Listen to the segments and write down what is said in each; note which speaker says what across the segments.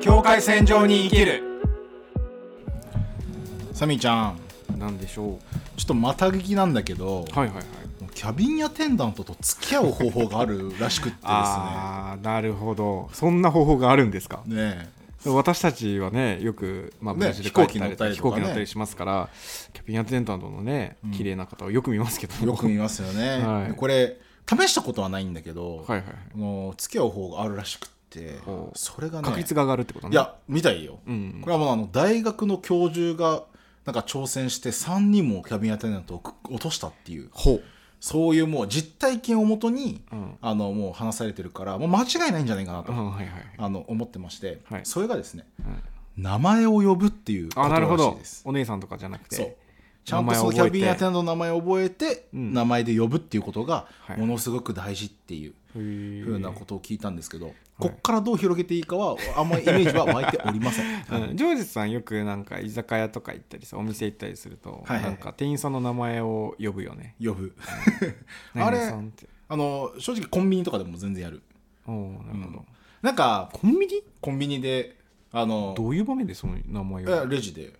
Speaker 1: 境界線上に生きるサミーちゃん
Speaker 2: なんでしょ
Speaker 1: ちょっとまた聞きなんだけど、
Speaker 2: うはいはいはい
Speaker 1: もうキャビンアテンダントと付き合う方法があるらしくってです
Speaker 2: ああなるほどそんな方法があるんですか
Speaker 1: ねね
Speaker 2: 私たちはねよく、まあ、
Speaker 1: ね
Speaker 2: ブラジル帰ったりとか
Speaker 1: 飛
Speaker 2: 飛
Speaker 1: 行
Speaker 2: 行
Speaker 1: 機
Speaker 2: 機
Speaker 1: 乗っ
Speaker 2: 乗ったた
Speaker 1: り
Speaker 2: りしますからキャビンアテンダントのね綺麗な方をよく見ますけど
Speaker 1: え
Speaker 2: も
Speaker 1: よく見ますよね、
Speaker 2: はい
Speaker 1: これ試したことはないんだけど、
Speaker 2: はいはいはい
Speaker 1: もう付き合う方があるらしくって
Speaker 2: ほう
Speaker 1: それがね
Speaker 2: 確率が上がるってことね
Speaker 1: いやみたいよ、
Speaker 2: うんうん
Speaker 1: これはもうあの大学の教授がなんか挑戦して3人もキャビンアテンダントを落としたっていう
Speaker 2: ほう
Speaker 1: そういうもう実体験をもとに、
Speaker 2: うん
Speaker 1: あのもう話されてるからもう間違いないんじゃないかなと、
Speaker 2: うんはいはい
Speaker 1: あの思ってまして、
Speaker 2: はい
Speaker 1: それがですね
Speaker 2: うん
Speaker 1: 名前を呼ぶっていうこと
Speaker 2: あなるほ
Speaker 1: らしい
Speaker 2: ど
Speaker 1: です。
Speaker 2: お姉さんとかじゃなく
Speaker 1: そう
Speaker 2: て
Speaker 1: ちゃんとそのキ
Speaker 2: 名
Speaker 1: ャ
Speaker 2: 前を覚えて
Speaker 1: ビンアテンダントの名前を覚えて、
Speaker 2: うん
Speaker 1: 名前で呼ぶっていうことが
Speaker 2: はい
Speaker 1: ものすごく大事っていう
Speaker 2: へー
Speaker 1: ふうなことを聞いたんですけど、こっからどう広げていいかはあんまりイメージは湧いておりません。
Speaker 2: うんジョージさんよくなんか居酒屋とか行ったりさお店行ったりすると、
Speaker 1: はいはい
Speaker 2: なんか店員さんの名前を 呼ぶよね
Speaker 1: 呼ぶ あ
Speaker 2: 何々
Speaker 1: れ
Speaker 2: さんって
Speaker 1: あの正直コンビニとかでも全然やる
Speaker 2: おおなるほど、
Speaker 1: なんか
Speaker 2: コンビニ
Speaker 1: コンビニであの
Speaker 2: どういう場面でその名前を
Speaker 1: えレジで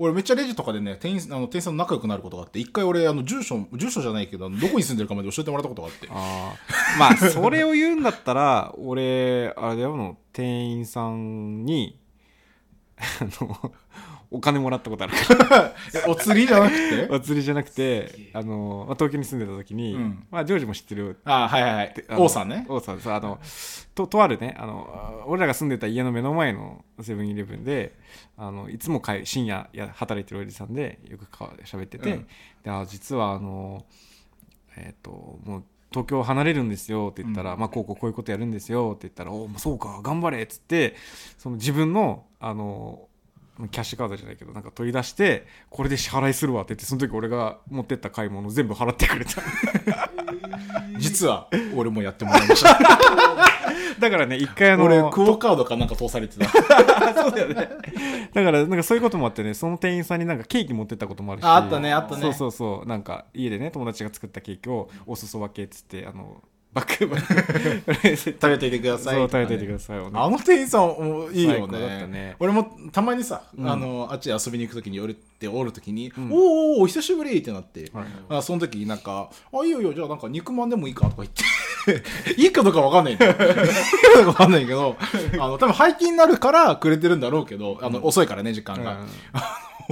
Speaker 1: 俺めっちゃレジとかでね店員あの店員さんと仲良くなることがあって一回俺あの住所住所じゃないけどあのどこに住んでるかまで教えてもらったことがあって
Speaker 2: あーまあそれを言うんだったら 俺あれだよあの店員さんにあのお金もらったことあるから
Speaker 1: えお釣りじゃなく て
Speaker 2: お釣りじゃなくてあの、まあ、東京に住んでた時に、
Speaker 1: うん
Speaker 2: まあ、ジョージも知ってる
Speaker 1: あはいはいはい
Speaker 2: あの
Speaker 1: 王さんね
Speaker 2: 王さんさあのととあるねあの俺らが住んでた家の目の前のセブンイレブンであのいつも帰深夜や働いてるおじさんでよくか喋ってて、
Speaker 1: うん
Speaker 2: であ実はあのえっ、ともう東京離れるんですよって言ったら、
Speaker 1: うん
Speaker 2: まあこうこうこういうことやるんですよって言ったら「おおそうか頑張れ」っつってその自分のあのキャッシュカードじゃないけどなんか取り出してこれで支払いするわって言ってその時俺が持ってった買い物全部払ってくれた
Speaker 1: 実は俺もやってもらいま した
Speaker 2: だからね一回あの
Speaker 1: 俺クオカードかなんか通されてた
Speaker 2: だからなんかそういうこともあってねその店員さんになんかケーキ持ってったこともあるし
Speaker 1: ああったねあったね
Speaker 2: そうそうそうなんか家でね友達が作ったケーキをお裾分けっつってあのバックバック
Speaker 1: 食べていてください
Speaker 2: そう食べていてくだ
Speaker 1: さい
Speaker 2: さいをね
Speaker 1: あの店員さんもいいよ
Speaker 2: 最高だっ
Speaker 1: ね
Speaker 2: たね
Speaker 1: 俺もたまにさ、
Speaker 2: うん
Speaker 1: あのあっちで遊びに行く時に俺っておる時に「
Speaker 2: ん
Speaker 1: おーおーお久しぶり」ってなって、
Speaker 2: はい
Speaker 1: あその時なんか「あいいよいいよじゃあなんか肉まんでもいいか」とか言って いいかどうかわかんないんだよいいかどうかわかんないけどあの多分廃棄になるからくれてるんだろうけどあの、遅いからね時間が
Speaker 2: うん
Speaker 1: 「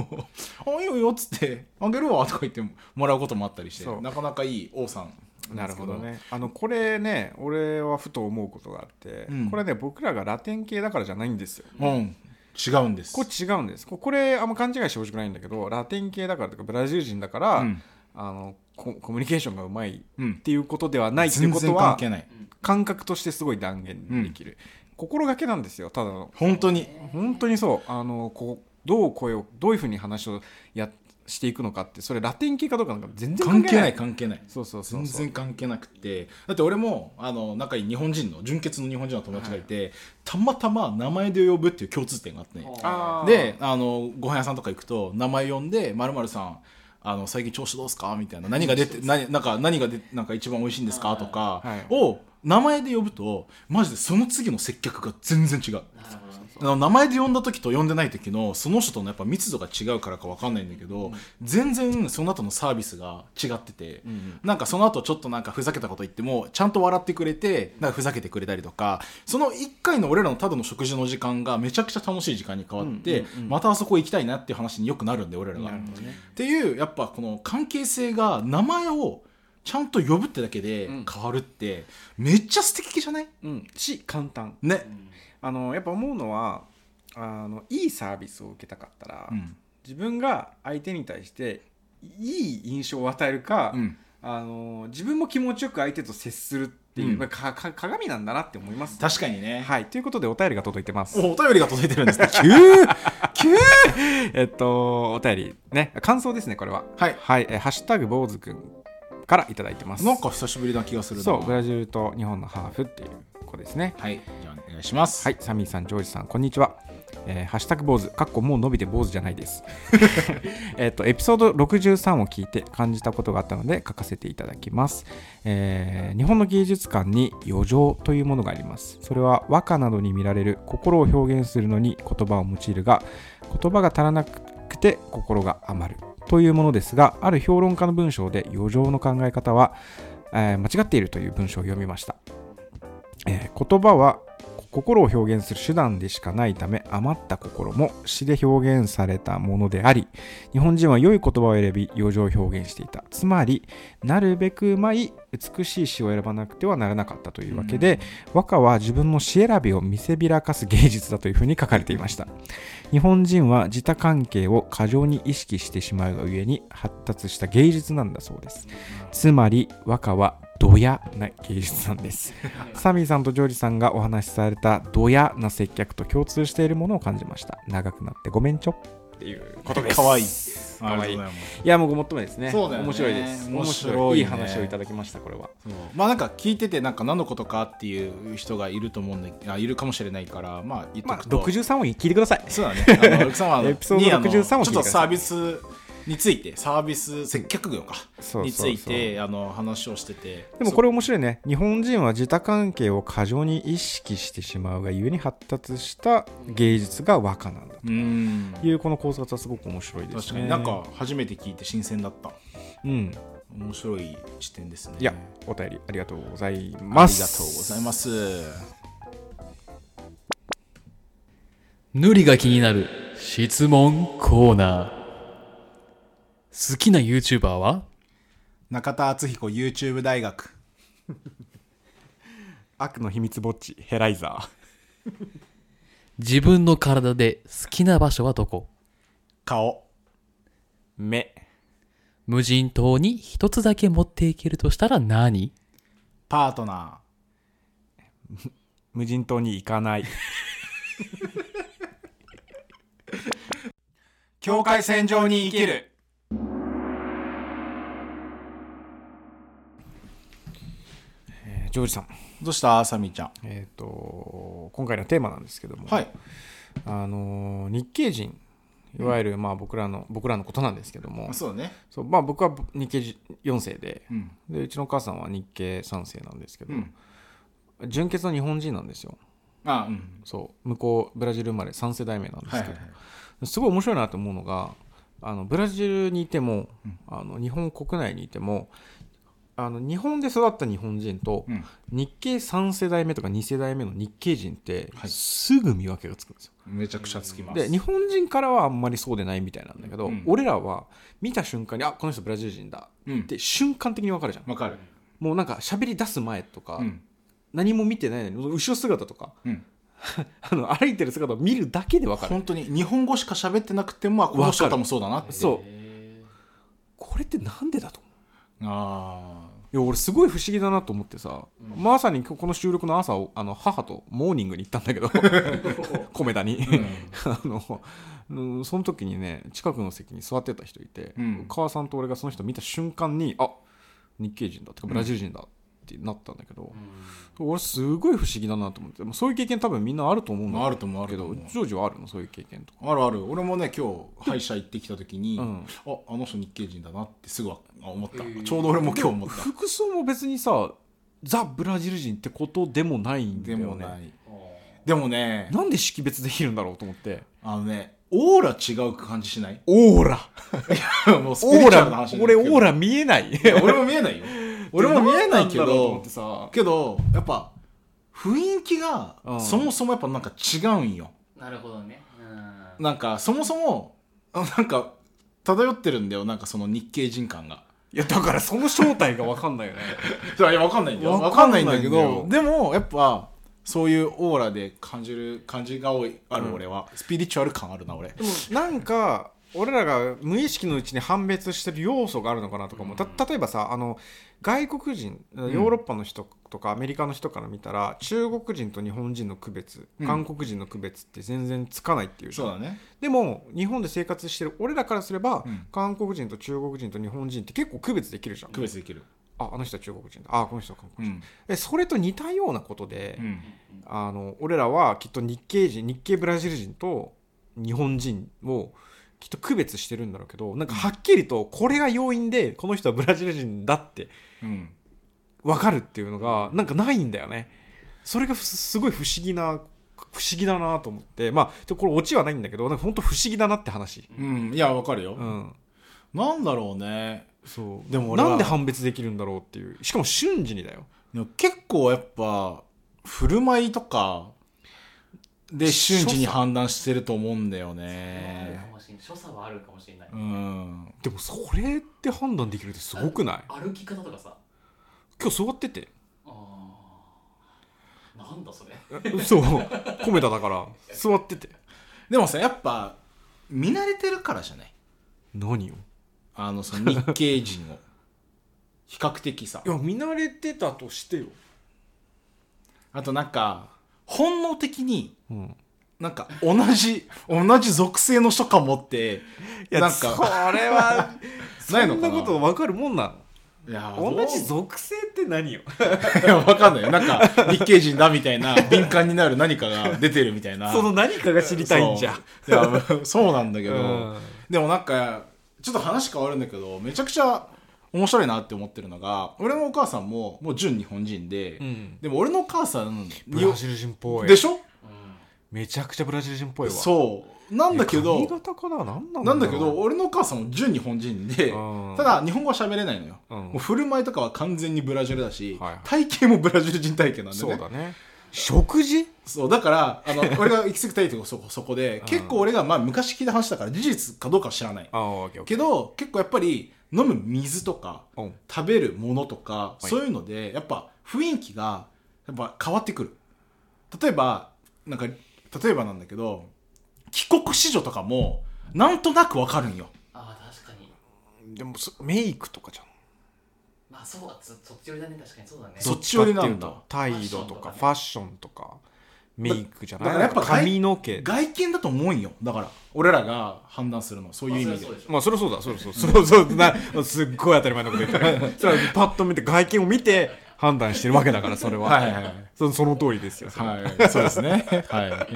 Speaker 1: あいいよいいよ」っつって「あげるわ」とか言ってもらうこともあったりして
Speaker 2: そう
Speaker 1: なかなかいい王さん
Speaker 2: な
Speaker 1: で
Speaker 2: る
Speaker 1: すけ
Speaker 2: ほどねあのこれね俺はふと思うことがあって、
Speaker 1: うん
Speaker 2: これね僕らがラテン系だからじゃないんですよ
Speaker 1: うん違うんです
Speaker 2: これ違うんですここれあんま勘違いしてほしくないんだけどラテン系だからとかブラジル人だから、
Speaker 1: うん
Speaker 2: あのココミュニケーションがうまい
Speaker 1: うん
Speaker 2: っていうことではないってい
Speaker 1: 全
Speaker 2: うこと
Speaker 1: 然
Speaker 2: は
Speaker 1: 関係ない
Speaker 2: 感覚としてすごい断言できる、心がけなんですよただの
Speaker 1: 本当に
Speaker 2: 本当にそうあのこうどう声をどういうふうに話をやしていくのかってそれラテン系かどうかなんか全然
Speaker 1: 関
Speaker 2: 関係
Speaker 1: 係
Speaker 2: な
Speaker 1: ないい関係ない
Speaker 2: そうそうそう
Speaker 1: 全
Speaker 2: そう
Speaker 1: 然関係なくてだって俺もあの仲いい日本人の純潔の日本人の友達がいて、たまたま名前で呼ぶっていう共通点があって、ね、
Speaker 2: あー
Speaker 1: であのご飯屋さんとか行くと名前呼んで「まるさんあの最近調子どうすか?」みたいな「何が出て何なんか何がでなんか一番美味しいんですか?」とか
Speaker 2: はい
Speaker 1: を名前で呼ぶとマジでその次の接客が全然違う。あの名前で呼んだ時と呼んでない時のその人とのやっぱ密度が違うからか分かんないんだけど、全然その後のサービスが違ってて、なんかその後ちょっとなんかふざけたこと言ってもちゃんと笑ってくれてなんかふざけてくれたりとかその1回の俺らのただの食事の時間がめちゃくちゃ楽しい時間に変わって、またあそこ行きたいなっていう話によくなるんで俺らが。っていうやっぱこの関係性が名前をちゃんと呼ぶってだけで変わるって、めっちゃ素敵じゃない
Speaker 2: うんし簡単
Speaker 1: ね、
Speaker 2: あのやっぱ思うのはあのいいサービスを受けたかったら、
Speaker 1: うん
Speaker 2: 自分が相手に対していい印象を与えるか、
Speaker 1: うん
Speaker 2: あの自分も気持ちよく相手と接するっていう、
Speaker 1: うん
Speaker 2: まあかか鏡なんだなって思います
Speaker 1: 確かにね、
Speaker 2: はい、ということでお便りが届いてます。
Speaker 1: おお便りが届いてるんです ね
Speaker 2: 急急えっと、お便り、ね、感想ですね、これは。
Speaker 1: はい
Speaker 2: はい、えハッシュタグ坊主くんからいただいてます。
Speaker 1: なんか久しぶりな気がするな
Speaker 2: そう、ブラジルと日本のハーフっていう子ですね。
Speaker 1: はいじゃあお願いします
Speaker 2: はい、サミーさん、ジョージさん、こんにちは。えーハッシュタグ坊主、かっこもう伸びて坊主じゃな いです。えっと、エピソード63を聞いて感じたことがあったので書かせていただきます。えー日本の芸術館に余剰というものがあります。それは和歌などに見られる心を表現するのに言葉を用いるが、言葉が足らなくて心が余るというものですが、ある評論家の文章で余剰の考え方は、えー間違っているという文章を読みました。えー言葉は心を表現する手段でしかないため余った心も詩で表現されたものであり日本人は良い言葉を選び余剰を表現していたつまりなるべくうまい美しい詩を選ばなくてはならなかったというわけで、和歌は自分の詩選びを見せびらかす芸術だというふうに書かれていました日本人は自他関係を過剰に意識してしまうがゆえに発達した芸術なんだそうですつまり和歌はドヤな芸術な んですサミーさんとジョージさんがお話しされたドヤな接客と共通しているものを感じました長くなってごめんちょっていうことです
Speaker 1: かわいい
Speaker 2: か
Speaker 1: ありがとござ
Speaker 2: わいうい
Speaker 1: います
Speaker 2: やもうごもっともですね
Speaker 1: そうだよね
Speaker 2: 面白いです
Speaker 1: 面
Speaker 2: 面
Speaker 1: 白
Speaker 2: 白
Speaker 1: い
Speaker 2: い
Speaker 1: ね
Speaker 2: い,、い話をいただきましたこれは
Speaker 1: そうまあなんか聞いててなんか何のことかっていう人がいると思うんだあいるかもしれないからまあ言っと
Speaker 2: まあ
Speaker 1: くと、
Speaker 2: 63を聞いてください
Speaker 1: そうだね。 あの、奥様
Speaker 2: エピソード
Speaker 1: にあの
Speaker 2: 63を聞いてください
Speaker 1: ちょっとサービスについて、サービス接客業か。
Speaker 2: そうそうそう
Speaker 1: について、あの、話をしてて。
Speaker 2: でもこれ面白いね日本人は自他関係を過剰に意識してしまうがゆえに発達した芸術が和歌なんだ
Speaker 1: そう、うん。
Speaker 2: というこの考察はすごく面白いですね
Speaker 1: 確かになんか初めて聞いて新鮮だった。
Speaker 2: うん
Speaker 1: 面白い視点ですね。
Speaker 2: いやお便りありがとうござい
Speaker 1: あ
Speaker 2: ま
Speaker 1: り
Speaker 2: す
Speaker 1: がとうございます。
Speaker 3: ぬりが気になる質問コーナー。好きな YouTuber は
Speaker 1: 中田敦彦 YouTube 大学。
Speaker 2: 悪の秘密ぼっちヘライザ
Speaker 3: 自分の体で好きな場所はどこ
Speaker 1: 顔。
Speaker 2: ー目
Speaker 3: 無人島に一つだけ持っていけるとしたら何
Speaker 1: パートナ
Speaker 2: 無人島に行かない
Speaker 1: ー。境界線上に生きる。
Speaker 2: えージョージさん
Speaker 1: どうしたあさみちゃん。
Speaker 2: えっ、と今回のテーマなんですけども、
Speaker 1: はい。
Speaker 2: あのー日系人いわゆるまあ僕らの、僕らのことなんですけども
Speaker 1: あそうだね。
Speaker 2: そうまあ僕は日系人4世で
Speaker 1: うん。
Speaker 2: でうちのお母さんは日系3世なんですけど、
Speaker 1: うん
Speaker 2: 純血の日本人なんですよ
Speaker 1: あ、うん。
Speaker 2: そう向こうブラジル生まれ3世代目なんですけ
Speaker 1: はい
Speaker 2: ど、
Speaker 1: はいはい。
Speaker 2: すごい面白いなと思うのがあのブラジルにいても、
Speaker 1: うん
Speaker 2: あの日本国内にいてもあの日本で育った日本人と、
Speaker 1: うん
Speaker 2: 日系3世代目とか2世代目の日系人って、
Speaker 1: はい
Speaker 2: すぐ見分けがつくんですよ
Speaker 1: めちゃくちゃつきます。
Speaker 2: で日本人からはあんまりそうでないみたいなんだけど、
Speaker 1: うん
Speaker 2: 俺らは見た瞬間にあこの人ブラジル人だ
Speaker 1: うん
Speaker 2: って瞬間的に分かるじゃん、
Speaker 1: わかる。
Speaker 2: もうなんか喋り出す前とか、
Speaker 1: うん。
Speaker 2: 何も見てないのに後ろ姿とか
Speaker 1: うん。
Speaker 2: あの歩いてる姿を見るだけで分かる
Speaker 1: 本当に日本語しか喋ってなくてもあこの人多分そうだなって
Speaker 2: そうこれってなんでだと思う
Speaker 1: あ
Speaker 2: いや俺すごい不思議だなと思ってさ、まさに今日この収録の朝をあの母とモーニングに行ったん だけど米田に、あのうんその時にね近くの席に座ってた人いて、
Speaker 1: うん
Speaker 2: 母さんと俺がその人見た瞬間にあ日系人だってかブラジル人だってなったんだけど、俺すごい不思議だなと思ってまあそういう経験多分みんなあると思うんだ
Speaker 1: まああると思うあ
Speaker 2: け
Speaker 1: ると
Speaker 2: ど
Speaker 1: 思う
Speaker 2: ジョージはあるのそういう経験とか。
Speaker 1: ああるある俺もね今日歯医者行ってきた時に、
Speaker 2: うん
Speaker 1: ああの人日系人だなってすぐはあ思った、ちょうど俺も今日思った
Speaker 2: 服装も別にさザ・ブラジル人ってことでもないんだ
Speaker 1: で
Speaker 2: よ
Speaker 1: も
Speaker 2: ね
Speaker 1: ないでもね
Speaker 2: なんで識別できるんだろうと思って
Speaker 1: あのねオーラ違う感じしない
Speaker 2: オーラ
Speaker 1: もうス
Speaker 2: オ
Speaker 1: ピリ
Speaker 2: ー
Speaker 1: チュアルな
Speaker 2: ラ
Speaker 1: 話にな
Speaker 2: 俺
Speaker 1: る
Speaker 2: オ
Speaker 1: けど
Speaker 2: ーラ見えない
Speaker 1: 俺も見え ないよ俺も見えないけ
Speaker 2: んだろうと思
Speaker 1: ど
Speaker 2: ってさ
Speaker 1: けどやっぱ雰囲気が
Speaker 2: うん
Speaker 1: そもそもやっぱなんか違うんよ、
Speaker 4: なるほどね。うん。
Speaker 1: なんかそもそも あなんか漂ってるんだよなんかその日系人感が。
Speaker 2: いやだからその正体が分かんないよね
Speaker 1: いやいやわかんないんだよわ
Speaker 2: わ
Speaker 1: か
Speaker 2: か
Speaker 1: ん
Speaker 2: ん
Speaker 1: な
Speaker 2: ないい
Speaker 1: んだ
Speaker 2: んだ
Speaker 1: け
Speaker 2: け
Speaker 1: ど
Speaker 2: ど
Speaker 1: でもやっぱそういうオーラで感じる感じが多いある、
Speaker 2: うん
Speaker 1: 俺はスピリチュアル感あるな俺
Speaker 2: でも なんか俺らが無意識のうちに判別してる要素があるのかなとかもた例えばさあの外国人ヨーロッパの人とかアメリカの人から見たら、中国人と日本人の区別
Speaker 1: うん
Speaker 2: 韓国人の区別って全然つかないっていうじゃん
Speaker 1: そうだね
Speaker 2: でも日本で生活してる俺らからすれば、
Speaker 1: うん
Speaker 2: 韓国人と中国人と日本人って結構区別できるじゃん
Speaker 1: 区別できる
Speaker 2: ああの人は中国人だあこの人は韓
Speaker 1: う
Speaker 2: 国人、
Speaker 1: ん、
Speaker 2: えそれと似たようなことで、
Speaker 1: うん、
Speaker 2: あの俺らはきっと日系人日系ブラジル人と日本人をきっと区別してるんだろうけどなんかはっきりとこれが要因でこの人はブラジル人だって
Speaker 1: うん
Speaker 2: 分かるっていうのがなんかないんだよねそれがふすごい不思議な不思議だなと思ってまあでこれオチはないんだけどなんか本当不思議だなって話
Speaker 1: うんいやわかるよ、
Speaker 2: うん
Speaker 1: なんだろうね
Speaker 2: そう
Speaker 1: でも俺は
Speaker 2: なんで判別できるんだろうっていうしかも瞬時にだよ
Speaker 1: でも結構やっぱ振る舞いとかで瞬時に判断してると思うんだよ
Speaker 4: え
Speaker 1: ね
Speaker 4: 所作はあるかもしれない、
Speaker 1: うん
Speaker 2: でもそれって判断できるってすごくない
Speaker 4: 歩き方とかさ
Speaker 2: 今日座ってて
Speaker 4: あーなんだそ れ
Speaker 2: そう米田だから座ってて
Speaker 1: でもさやっぱ見慣れてるからじゃない
Speaker 2: 何を
Speaker 1: あのその日系人を 比較的さ
Speaker 2: いや見慣れてたとしてよ、
Speaker 1: あとなんか本能的に
Speaker 2: うん、
Speaker 1: なんか同じ同じ属性の人かもって
Speaker 2: いや
Speaker 1: な
Speaker 2: なんん
Speaker 1: か
Speaker 2: かそれは
Speaker 1: な
Speaker 2: そ
Speaker 1: いの
Speaker 2: ん
Speaker 1: か
Speaker 2: な
Speaker 1: な
Speaker 2: こと分かるもんない
Speaker 1: や
Speaker 2: の同じ属性って何よ
Speaker 1: い やわかんないよなんか日系人だみたいな敏感になる何かが出てるみたい な
Speaker 2: その何かが知りたいんじゃん
Speaker 1: そういやそうなんだけど、
Speaker 2: うん
Speaker 1: でもなんかちょっと話変わるんだけどめちゃくちゃ面白いなって思ってるのが俺のお母さんももう純日本人で、
Speaker 2: うん
Speaker 1: でも俺のお母さん
Speaker 2: ブラジル人っぽい
Speaker 1: でしょ
Speaker 2: めちゃくちゃブラジル人っぽいわう
Speaker 1: そうなんだけど
Speaker 2: 髪型かな何なんだろう
Speaker 1: なんだけど俺のお母さんも純日本人で
Speaker 2: うん
Speaker 1: ただ日本語は喋れないのよ、
Speaker 2: うん
Speaker 1: もう振る舞いとかは完全にブラジルだし、
Speaker 2: はいはい
Speaker 1: 体型もブラジル人体型なんでね
Speaker 2: そうだね食事
Speaker 1: そうだからあの俺が行き過ぎたいとこそこそこ で結構俺が、まあ、昔聞いた話だから事実かどうかは知らない
Speaker 2: ああオッケーオッケ
Speaker 1: けど結構やっぱり飲む水とか
Speaker 2: ーうん
Speaker 1: 食べるものとか、
Speaker 2: い
Speaker 1: そういうのでやっぱ雰囲気がやっぱ変わってくる例えばなんか例えばなんだけど帰国子女とかもなんとなくわかるんよ
Speaker 4: ああ確かに
Speaker 2: でもそメイクとかじゃん
Speaker 4: まあそうはそそっち寄りだね確かにそうだね
Speaker 1: そっち寄りなんだ
Speaker 2: どっちかっていうと態度とかファッションとかメイクじゃない
Speaker 1: だからやっぱ
Speaker 2: 髪の毛
Speaker 1: 外見だと思うんよだから俺らが判断するのそう
Speaker 4: ま
Speaker 1: い
Speaker 4: あ
Speaker 1: う意
Speaker 4: そり
Speaker 1: 味
Speaker 4: ゃ
Speaker 1: で
Speaker 4: そうでしょ
Speaker 2: まあそりゃそうだそりゃそうそうそうなすっごい当たり前のこと言ってる それはパッと見て外見を見て判断してるわけだからそれは
Speaker 1: はいはいはい
Speaker 2: そその通りですよ、それは
Speaker 1: はい、そうですね。はい。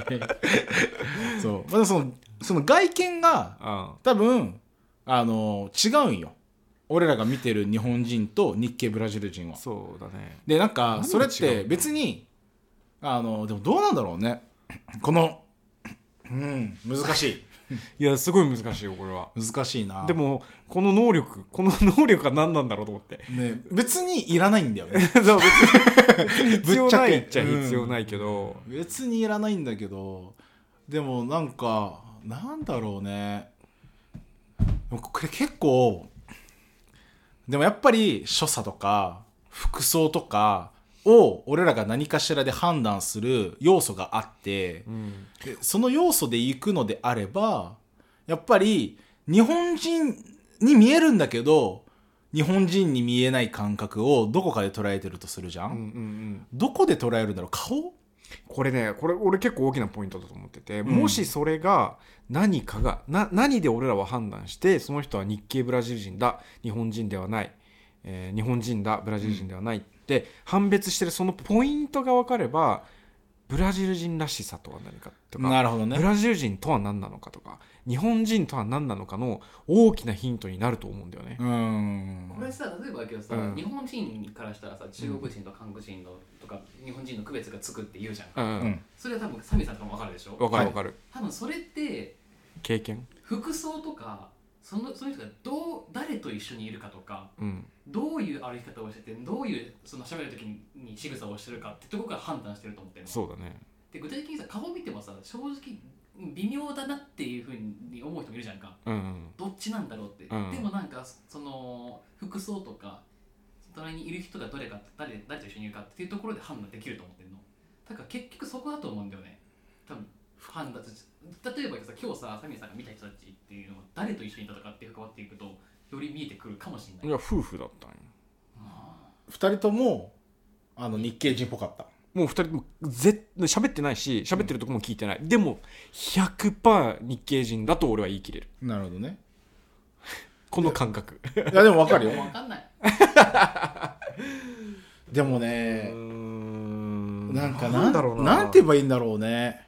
Speaker 1: そう。まだその、その外見が、多分、あの、違うんよ。俺らが見てる日本人と日系ブラジル人
Speaker 2: う
Speaker 1: は
Speaker 2: ん、。そうだね
Speaker 1: で、なんか、
Speaker 2: 何が違う
Speaker 1: それって別に、あの、でもどうなんだろうね。この、うん、難し。
Speaker 2: いやすごい難しいよこれはい
Speaker 1: 難しいな。
Speaker 2: で、もこの能力この能力は何なんだろうと思って
Speaker 1: ね、別にいらないんだよね。
Speaker 2: そう別に必
Speaker 1: ぶっ
Speaker 2: 要
Speaker 1: ちゃ
Speaker 2: な
Speaker 1: け
Speaker 2: いっちゃ必要ないけど、
Speaker 1: 別にいらないんだけどでもなんかなんだろうねでもこれ結構でもやっぱり所作とか服装とかを俺らが何かしらで判断する要素があって
Speaker 2: うん
Speaker 1: でその要素で行くのであればやっぱり日本人に見えるんだけど日本人に見えない感覚をどこかで捉えてるとするじゃ
Speaker 2: うんうん
Speaker 1: ん、
Speaker 2: うん
Speaker 1: どこで捉えるんだろう顔
Speaker 2: これねこれ俺結構大きなポイントだと思ってて、
Speaker 1: ん
Speaker 2: もしそれが何かがな何で俺らは判断してその人は日系ブラジル人だ日本人ではない、えー日本人だブラジル人ではないって判別してるそのポイントが分かればブラジル人らしさとは何かとか
Speaker 1: なるほどね
Speaker 2: ブラジル人とは何なのかとか日本人とは何なのかの大きなヒントになると思うんだよね。
Speaker 1: うーん
Speaker 4: これさ例えばだけどさ、
Speaker 2: うん
Speaker 4: 日本人からしたらさ中国人と韓国人のとか日本人の区別がつくって言うじゃん
Speaker 2: うんうん
Speaker 4: それは多分サミさんとかも分かるでしょ
Speaker 2: わかるわかる、
Speaker 4: 多分それって
Speaker 2: 経験、
Speaker 4: 服装とかそのその人がどう誰と一緒にいるかとか
Speaker 2: うん、
Speaker 4: どういう歩き方をしててどういうその喋る時にに仕草をしてるかってとこから判断してると思ってるの
Speaker 2: そうだね
Speaker 4: で具体的にさ顔見てもさ正直微妙だなっていうふうに思う人もいるじゃんか
Speaker 2: うんうん
Speaker 4: どっちなんだろうって、
Speaker 2: うん
Speaker 4: でもなんかその服装とか隣にいる人がどれか誰誰と一緒にいるかっていうところで判断できると思ってんのだから結局そこだと思うんだよね多分判断例えばさ今日さサミーさんが見た人たちっていうのは誰と一緒にいたとかって関わっていくとより見えてくるかもしれ
Speaker 2: い
Speaker 4: ない
Speaker 2: や夫婦だったんよ
Speaker 1: 2人ともあの日系人っぽかった
Speaker 2: もう二人ともぜ喋ってないし喋ってるとこも聞いてない、でも100%日系人だと俺は言い切れる
Speaker 1: なるほどね
Speaker 2: この感覚
Speaker 1: いやでも分かるよ
Speaker 4: いやわかんない
Speaker 1: でも
Speaker 2: うー
Speaker 1: ね
Speaker 2: ん
Speaker 1: なんか
Speaker 2: なんだろうな
Speaker 1: なんて言えばいいんだろうね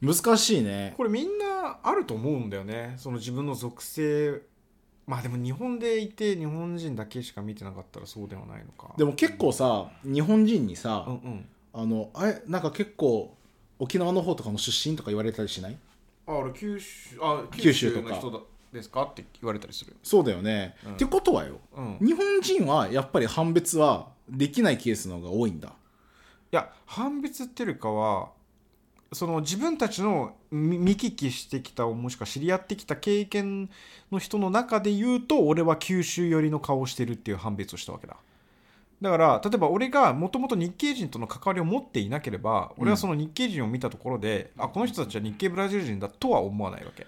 Speaker 1: 難しいね
Speaker 2: これみんなはあると思うんだよねその自分の属性まあでも日本でいて日本人だけしか見てなかったらそうではないのか
Speaker 1: でも結構さ日本人にさ、
Speaker 2: うんうん
Speaker 1: あのあれなんか結構沖縄の方とかの出身とか言われたりしない
Speaker 2: あ俺九州あ
Speaker 1: 九州とか
Speaker 2: の人だですかって言われたりする
Speaker 1: そうだよね、
Speaker 2: うん
Speaker 1: ってことはよ
Speaker 2: うんい
Speaker 1: 日本人はやっぱり判別はできないケースの方が多いんだ
Speaker 2: や判別っていうよりかはその自分たちの見見聞きしてきたもしくは知り合ってきた経験の人の中で言うと俺は九州寄りの顔をしてるっていう判別をしたわけだだから例えば俺がもともと日系人との関わりを持っていなければ俺はその日系人を見たところで、あこの人たちは日系ブラジル人だとは思わないわけ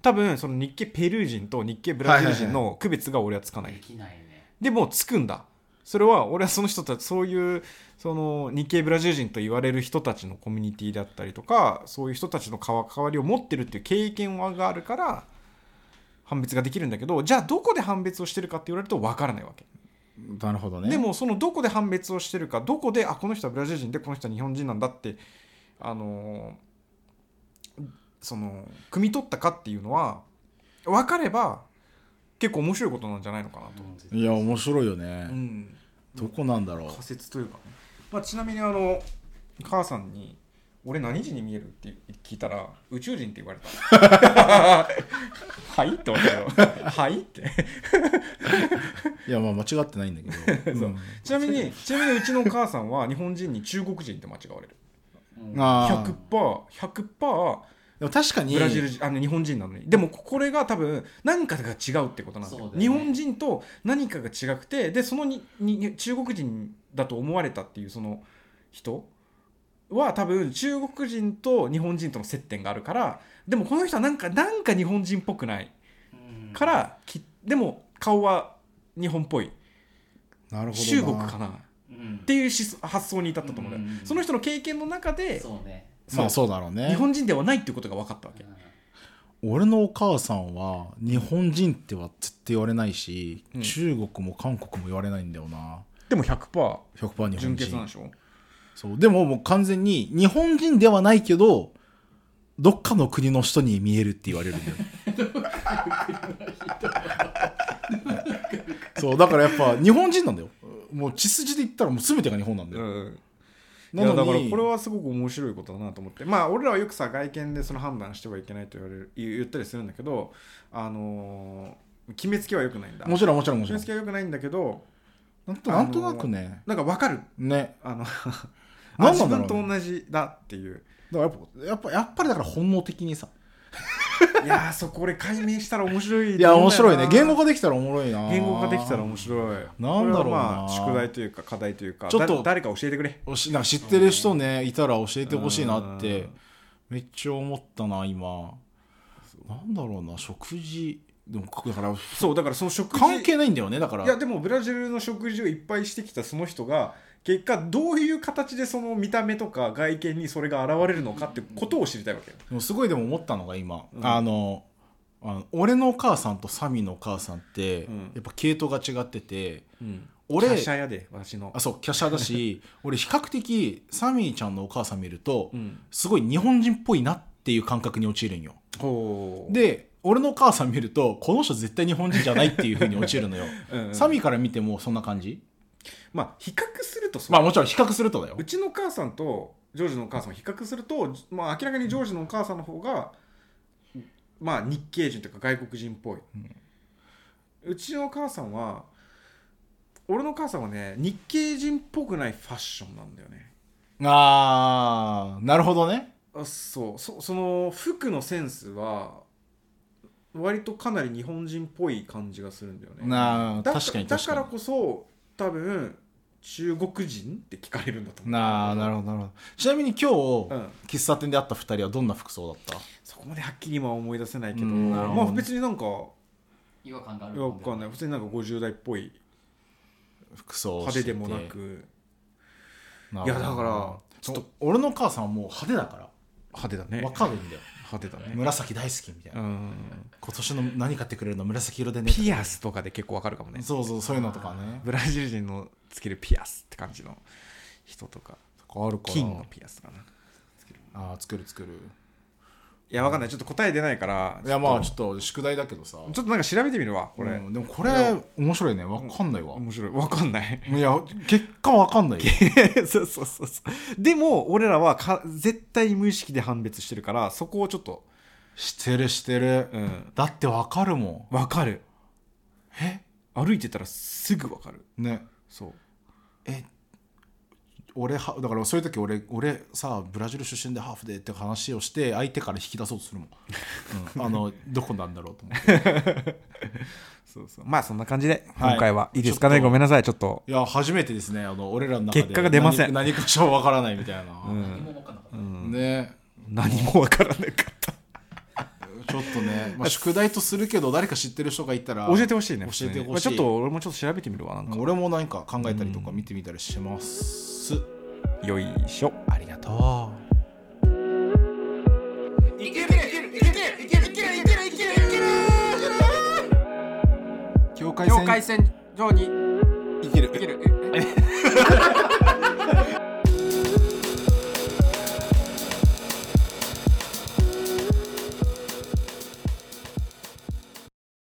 Speaker 2: 多分その日系ペルー人と日系ブラジル人の区別が俺はつかない
Speaker 4: できないね
Speaker 2: でもうつくんだそれは俺はその人たちそういうその日系ブラジル人と言われる人たちのコミュニティだったりとかそういう人たちの関わりを持ってるっていう経験があるから判別ができるんだけどじゃあどこで判別をしてるかって言われると分からないわけ、
Speaker 1: なるほどね
Speaker 2: でもそのどこで判別をしてるかどこであこの人はブラジル人でこの人は日本人なんだってあのーその汲み取ったかっていうのは分かれば結構面白いことなんじゃないのかなと。
Speaker 1: いや面白いよね
Speaker 2: う、ん
Speaker 1: どこなんだろう
Speaker 2: 仮説というかね、まあ、ちなみにあの母さんに「俺何時に見える?」って聞いたら「宇宙人」って言わ れたはいって思ったよはいって
Speaker 1: いやまあ間違ってないんだけ ど、うん
Speaker 2: ちなみにちなみにうちの母さんは日本人に中国人って間違われる
Speaker 4: うん
Speaker 1: あー
Speaker 2: 100%100%
Speaker 1: でも確かに
Speaker 2: ブラジル人あの日本人なのにでもこれが多分何かが違うってことなんだ
Speaker 4: そ
Speaker 2: よ
Speaker 4: うだよね
Speaker 2: 日本人と何かが違くてでそのにに中国人だと思われたっていうその人は多分中国人と日本人との接点があるからでもこの人はなんかなんか日本人っぽくない
Speaker 4: うん
Speaker 2: から、きでも顔は日本っぽい
Speaker 1: なるほどな
Speaker 2: 中国かなっ
Speaker 4: うん
Speaker 2: ていう思想発想に至ったと思うんだよ、
Speaker 4: うんうんうん
Speaker 2: その人の経験の中で
Speaker 4: そうね
Speaker 1: まあそうだろうね
Speaker 2: 日本人ではないっていうことが分かったわけ
Speaker 4: うん
Speaker 1: 俺のお母さんは日本人っては絶対言われないし、
Speaker 2: うん
Speaker 1: 中国も韓国も言われないんだよな
Speaker 2: でも100%
Speaker 1: 100%日本
Speaker 2: 純潔なん
Speaker 1: 人
Speaker 2: でしょ
Speaker 1: そうでももう完全に日本人ではないけどどっかの国の人に見えるって言われるんだよそうだからやっぱ日本人なんだよもう血筋で言ったらもう全てが日本なんだ
Speaker 2: う
Speaker 1: よ、
Speaker 2: んい
Speaker 1: な
Speaker 2: や
Speaker 1: の
Speaker 2: だ
Speaker 1: に
Speaker 2: からこれはすごく面白いことだなと思ってまあ俺らはよくさ外見でその判断してはいけないと言われる言言ったりするんだけどあのー決めつけはよくないんだ
Speaker 1: もちろんもちろんもちろ
Speaker 2: 決め
Speaker 1: ん
Speaker 2: つけはよくないんだけど
Speaker 1: なんとなんとなくね
Speaker 2: なんか分かる
Speaker 1: ね
Speaker 2: あ のあ
Speaker 1: 何な
Speaker 2: 自
Speaker 1: んだろうね
Speaker 2: 分と同じだっていう
Speaker 1: だからやっぱやっぱやっぱりだから本能的にさ
Speaker 2: いやーそこ俺解明したら面白い
Speaker 1: いや面白いね言語
Speaker 2: が
Speaker 1: 化できたらおもろいな
Speaker 2: 言語化できたら面白い
Speaker 1: なんだろうな
Speaker 2: これはまあ宿題というか課題というか
Speaker 1: ちょっと
Speaker 2: だ誰か教えてくれ
Speaker 1: おしなんか知ってる人ねいたら教えてほしいなっ
Speaker 2: う
Speaker 1: て
Speaker 2: ん
Speaker 1: めっちゃ思ったな今なんだろうな食事でもだから
Speaker 2: そうだからその食事
Speaker 1: 関係ないんだよねだから
Speaker 2: いやでもブラジルの食事をいっぱいしてきたその人が結果どういう形でその見た目とか外見にそれが現れるのかってことを知りたいわけよ。
Speaker 1: でもすごいでも思ったのが今、
Speaker 2: うん
Speaker 1: あのあの俺のお母さんとサミのお母さんって、
Speaker 2: うん
Speaker 1: やっぱ系統が違ってて
Speaker 2: 俺
Speaker 1: 俺
Speaker 2: 華奢やで私の
Speaker 1: あ。そう華奢だ し俺比較的サミちゃんのお母さん見ると、
Speaker 2: うん、
Speaker 1: すごい日本人っぽいなっていう感覚に陥るんよ
Speaker 2: ほう
Speaker 1: で俺のお母さん見るとこの人絶対日本人じゃないっていうふうに陥るのよ
Speaker 2: うんうん
Speaker 1: サミから見てもそんな感じ
Speaker 2: まあ比較するとそう
Speaker 1: まあもちろん比較するとだよ
Speaker 2: うちの母さんとジョージのお母さんを比較すると、まあ、明らかにジョージのお母さんの方が、まあ、日系人というか外国人っぽい、うちのお母さんは俺の母さんはね日系人っぽくないファッションなんだよね。
Speaker 1: あーなるほどね
Speaker 2: あそうそその服のセンスは割とかなり日本人っぽい感じがするんだよね
Speaker 1: なあ
Speaker 2: だ
Speaker 1: 確かに
Speaker 2: だ
Speaker 1: 確
Speaker 2: から
Speaker 1: か
Speaker 2: こそ多分中国人って聞かれるんだと
Speaker 1: に
Speaker 2: 思う
Speaker 1: なあなるほどなるほどちなみに今日、
Speaker 2: うん、
Speaker 1: 喫茶店で会った2人はどんな服装だっ
Speaker 2: そこまではっきり今は思い出せないけど
Speaker 1: うんなるほどね
Speaker 2: まあ別になんかよ
Speaker 4: 違和感がある
Speaker 2: くわかんない普通になんか50代っぽい
Speaker 1: た服装をして
Speaker 2: 派手
Speaker 1: て
Speaker 2: でもなく
Speaker 1: ないる
Speaker 2: や
Speaker 1: ほ
Speaker 2: だ
Speaker 1: ど
Speaker 2: から
Speaker 1: ちょっと俺の母さんはもう派手だから
Speaker 2: 派手だね
Speaker 1: 分かるんだよ
Speaker 2: 派手だね
Speaker 1: 紫大好きみたいうな、
Speaker 2: ん
Speaker 1: 今年の何買ってくれるの紫色でね
Speaker 2: ピアスとかで結構わかるかもね
Speaker 1: そうそうそういうのとかね
Speaker 2: ブラジル人のつけるピアスって感じの人とか
Speaker 1: とかあるから
Speaker 2: 金のピアスかな
Speaker 1: ああ作る作る
Speaker 2: いやわかんないちょっと答え出ないから
Speaker 1: いやまあ
Speaker 2: ち
Speaker 1: ち
Speaker 2: ょ
Speaker 1: ょっと宿題だけどさ
Speaker 2: っとちょっとなんか調べてみるわこれ、
Speaker 1: うんでもこれ面白いねわかんないわ、
Speaker 2: 面白いわかんない
Speaker 1: いや結果わかんないよ
Speaker 2: そうそうそうそうでも俺らはか絶対無意識で判別してるからそこをちょっと
Speaker 1: してるしてる、
Speaker 2: うん
Speaker 1: だってわかるも
Speaker 2: わかる
Speaker 1: んえ
Speaker 2: 歩いてたらすぐわかる
Speaker 1: ね
Speaker 2: そう
Speaker 1: え俺はだからそういう時俺俺さブラジル出身でハーフでって話をして相手から引き出そうとするもん、うんあ のどこなんだろうと思って
Speaker 2: そうそうまあそんな感じで
Speaker 1: はい
Speaker 2: 今回はいいですか
Speaker 1: ちょ
Speaker 2: ね
Speaker 1: っと
Speaker 2: ごめんなさいちょっと
Speaker 1: いや初めてですねあの俺らの中で
Speaker 2: 結果が出ません
Speaker 1: 何何かしらわからないみたいな、
Speaker 4: 何も分かんなかった、
Speaker 1: ね
Speaker 2: 何もわからなかった
Speaker 1: ちょっとね、 まあ、宿題とするけど誰か知ってる人がいたら
Speaker 2: 教えてほしいね
Speaker 1: 教えて
Speaker 2: 普通に
Speaker 1: ほ
Speaker 2: まあ
Speaker 1: しい、
Speaker 2: ちょっと俺もちょっと調べてみるわなんか
Speaker 1: 俺も何か考えたりとか見てみたりします、
Speaker 2: よいしょ
Speaker 1: ありがとう境界線
Speaker 2: 線上に生きる生きる